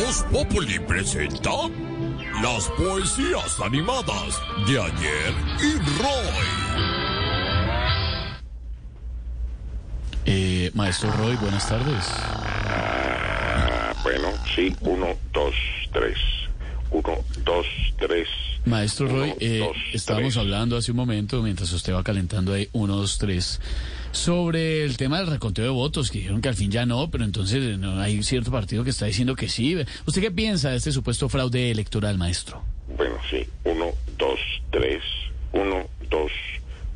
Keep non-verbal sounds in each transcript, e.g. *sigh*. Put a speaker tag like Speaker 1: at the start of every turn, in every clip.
Speaker 1: Voz Populi presenta las poesías animadas de ayer y Roy.
Speaker 2: Eh, Maestro Roy, buenas tardes.
Speaker 3: Bueno, sí, uno, dos, tres. Uno, dos, tres.
Speaker 2: Maestro
Speaker 3: Uno,
Speaker 2: Roy, eh,
Speaker 3: dos,
Speaker 2: estábamos
Speaker 3: tres.
Speaker 2: hablando hace un momento, mientras usted va calentando ahí, uno, dos, tres, sobre el tema del reconteo de votos, que dijeron que al fin ya no, pero entonces eh, no, hay cierto partido que está diciendo que sí. ¿Usted qué piensa de este supuesto fraude electoral, maestro?
Speaker 3: Bueno, sí, uno, dos, tres. Uno, dos,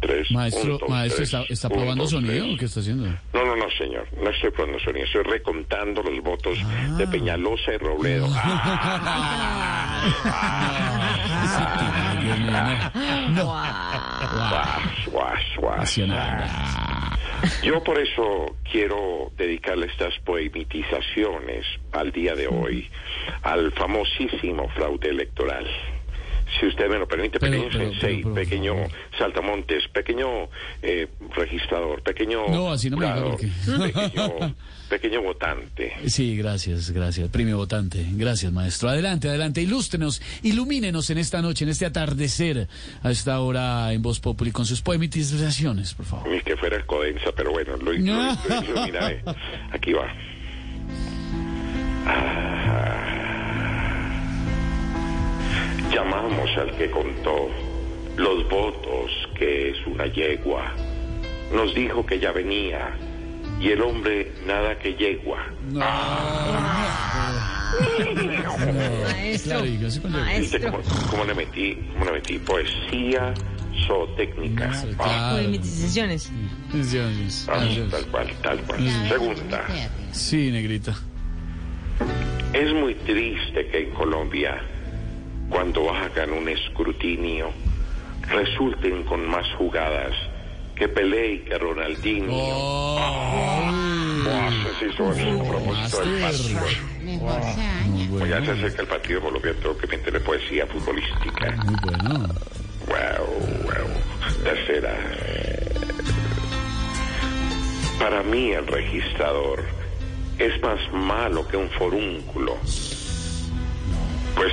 Speaker 3: tres.
Speaker 2: Maestro,
Speaker 3: un, dos,
Speaker 2: maestro,
Speaker 3: tres.
Speaker 2: ¿está, está
Speaker 3: Un,
Speaker 2: probando
Speaker 3: dos,
Speaker 2: sonido?
Speaker 3: tres.
Speaker 2: ¿Qué está
Speaker 3: *laughs*
Speaker 2: haciendo? *laughs*
Speaker 3: No, no, no, señor. No estoy probando sonido. Estoy recontando los votos de
Speaker 2: Ah.
Speaker 3: Peñalosa
Speaker 2: *laughs*
Speaker 3: y Robledo.
Speaker 2: Ay, Dios mío, no. No.
Speaker 3: Guas, guas, guas,
Speaker 2: Hacia nada.
Speaker 3: Yo por eso quiero dedicarle estas poemitizaciones al día de hoy, al famosísimo fraude electoral. Si usted me lo permite,
Speaker 2: Pero,
Speaker 3: pequeño
Speaker 2: pero, pero,
Speaker 3: sensei,
Speaker 2: pero, por
Speaker 3: pequeño
Speaker 2: favor.
Speaker 3: saltamontes, pequeño eh, registrador, pequeño...
Speaker 2: No, así no me diga,
Speaker 3: jurado,
Speaker 2: porque- *laughs*
Speaker 3: pequeño, pequeño votante.
Speaker 2: Sí, gracias, gracias. Premio votante. Gracias, maestro. Adelante, adelante. Ilústrenos, ilumínenos en esta noche, en este atardecer, a esta hora en Voz Populi, con sus poemitizaciones, por favor.
Speaker 3: Ni que fuera el Codensa, pero bueno, lo, lo-
Speaker 2: No.
Speaker 3: lo iluminaré. Aquí va. Ah. Llamamos al que contó los votos, que es una yegua. Nos dijo que ya venía, y el hombre nada que yegua.
Speaker 2: Claro, y así con-
Speaker 3: ¿Viste cómo, cómo le metí? cómo le metí? Poesía zootécnica. Ah,
Speaker 2: Claro. Gracias,
Speaker 3: ah,
Speaker 2: gracias.
Speaker 3: tal cual, tal cual. Segunda.
Speaker 2: Sí, negrita.
Speaker 3: Es muy triste que en Colombia, cuando hagan un escrutinio, resulten con más jugadas que Pelé y que Ronaldinho.
Speaker 2: Oh.
Speaker 3: Ah, sí, sí, son a propósito del partido.
Speaker 2: Muy
Speaker 3: Pues ya se
Speaker 2: bueno.
Speaker 3: acerca el partido, por lo que tengo que meterle poesía futbolística.
Speaker 2: Muy bueno.
Speaker 3: Wow, wow. Tercera. Para mí el registrador es más malo que un forúnculo. Pues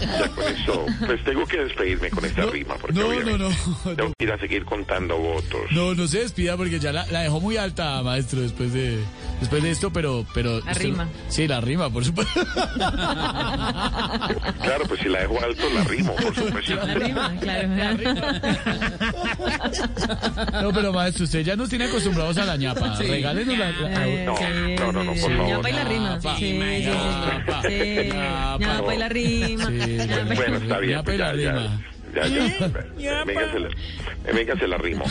Speaker 3: ya con eso, pues tengo que despedirme con esta rima. Porque
Speaker 2: no,
Speaker 3: obviamente
Speaker 2: no, no.
Speaker 3: Tengo que ir a seguir contando votos.
Speaker 2: *laughs* No, no se despida porque ya la, la dejó muy alta, maestro, después de después de esto, pero... pero la
Speaker 4: rima.
Speaker 2: Sí, la rima, por supuesto.
Speaker 3: Claro, pues si la dejo alto, la rimo,
Speaker 2: *laughs*
Speaker 3: por supuesto.
Speaker 4: *laughs*
Speaker 5: *laughs*
Speaker 2: No, pero maestro, usted ya nos tiene acostumbrados a la ñapa. Regálenos la... la-
Speaker 3: No, no, no, no, por
Speaker 4: Eh,
Speaker 3: favor.
Speaker 4: Ñapa y la rima.
Speaker 2: Ñapa.
Speaker 4: Sí, sí, sí.
Speaker 2: Ñapa.
Speaker 4: Sí.
Speaker 2: Ñapa.
Speaker 4: Ñapa y la rima.
Speaker 2: Sí,
Speaker 4: Ñapa y-
Speaker 3: Bueno, está bien, pues ya, ya. Ya, ya. Eh, Venga, se la, eh, venga, se la rimo.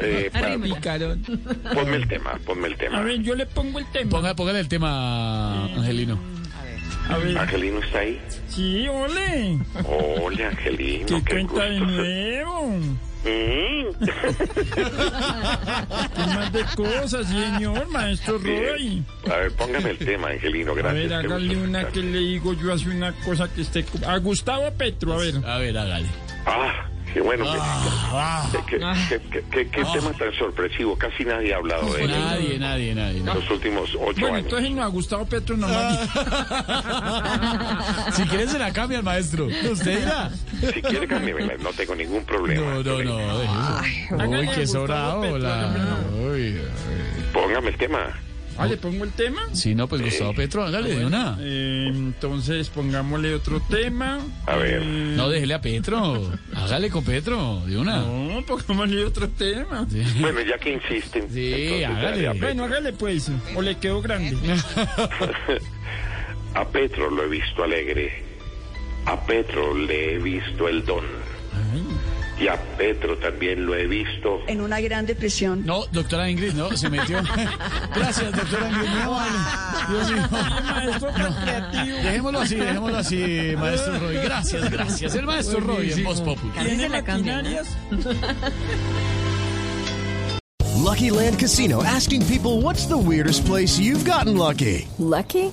Speaker 3: Eh, para- ponme el tema, ponme el tema.
Speaker 5: yo le pongo el tema.
Speaker 2: Ponga, póngale el tema, Angelino.
Speaker 5: A ver,
Speaker 3: ¿Angelino está ahí?
Speaker 5: sí, ole.
Speaker 3: Hola, Angelino,
Speaker 5: ¿Qué
Speaker 3: qué
Speaker 5: cuenta de
Speaker 3: gusto.
Speaker 5: nuevo? *laughs*
Speaker 3: Mm,
Speaker 5: ¿Qué más de cosas, señor maestro Roy?
Speaker 3: bien. A ver, póngame el tema, Angelino,
Speaker 5: A
Speaker 3: gracias.
Speaker 5: ver,
Speaker 3: qué
Speaker 5: hágale
Speaker 3: gusto
Speaker 5: una que
Speaker 3: escuchar.
Speaker 5: le digo yo hace una cosa que esté... co- A Gustavo Petro, a ver.
Speaker 2: A ver, hágale.
Speaker 3: Ah, Que bueno, que-
Speaker 2: Ah,
Speaker 3: que, que- que- que- qué
Speaker 5: Ah.
Speaker 3: tema tan sorpresivo, casi nadie ha hablado de él
Speaker 2: nadie, nadie, nadie.
Speaker 3: en los últimos ocho
Speaker 5: Bueno,
Speaker 3: años.
Speaker 5: entonces no a Gustavo Petro nomás.
Speaker 2: Ah. Si quieres se la cambia el maestro. Usted dirá.
Speaker 3: Si quiere cambiármela,
Speaker 2: *laughs*
Speaker 3: no tengo ningún problema.
Speaker 2: No, no, no. deje eso. Uy,
Speaker 5: Hágale a
Speaker 2: qué sobrado.
Speaker 5: Gustavo
Speaker 2: hola. Uy,
Speaker 3: Póngame el tema.
Speaker 5: Ah, ¿le pongo el tema?
Speaker 2: Sí, no, pues Gustavo Petro, hágale de una.
Speaker 5: Eh, entonces pongámosle otro tema.
Speaker 3: A ver.
Speaker 5: Eh,
Speaker 2: No, déjele a Petro. Hágale con Petro, de una.
Speaker 5: no, pongámosle otro tema.
Speaker 3: Bueno, ya que insisten.
Speaker 2: Sí,
Speaker 3: entonces,
Speaker 2: hágale.
Speaker 3: dale, a, Petro,
Speaker 5: Bueno, hágale pues. O le quedó grande.
Speaker 3: a Petro lo he visto alegre. A Petro le he visto el don. Y a Petro también lo he visto.
Speaker 6: En una gran depresión.
Speaker 2: No, doctora Ingrid, no, se metió.
Speaker 3: *laughs*
Speaker 2: Gracias, doctora Ingrid. No, vale. Dios mío.
Speaker 5: Maestro tan creativo.
Speaker 2: Dejémoslo así, dejémoslo así, maestro Roy. Gracias, gracias. El maestro Roy en Voz Populi.
Speaker 5: ¿Tiene maquinarias?
Speaker 7: Lucky Land Casino asking people what's the weirdest place you've gotten lucky?
Speaker 4: Lucky?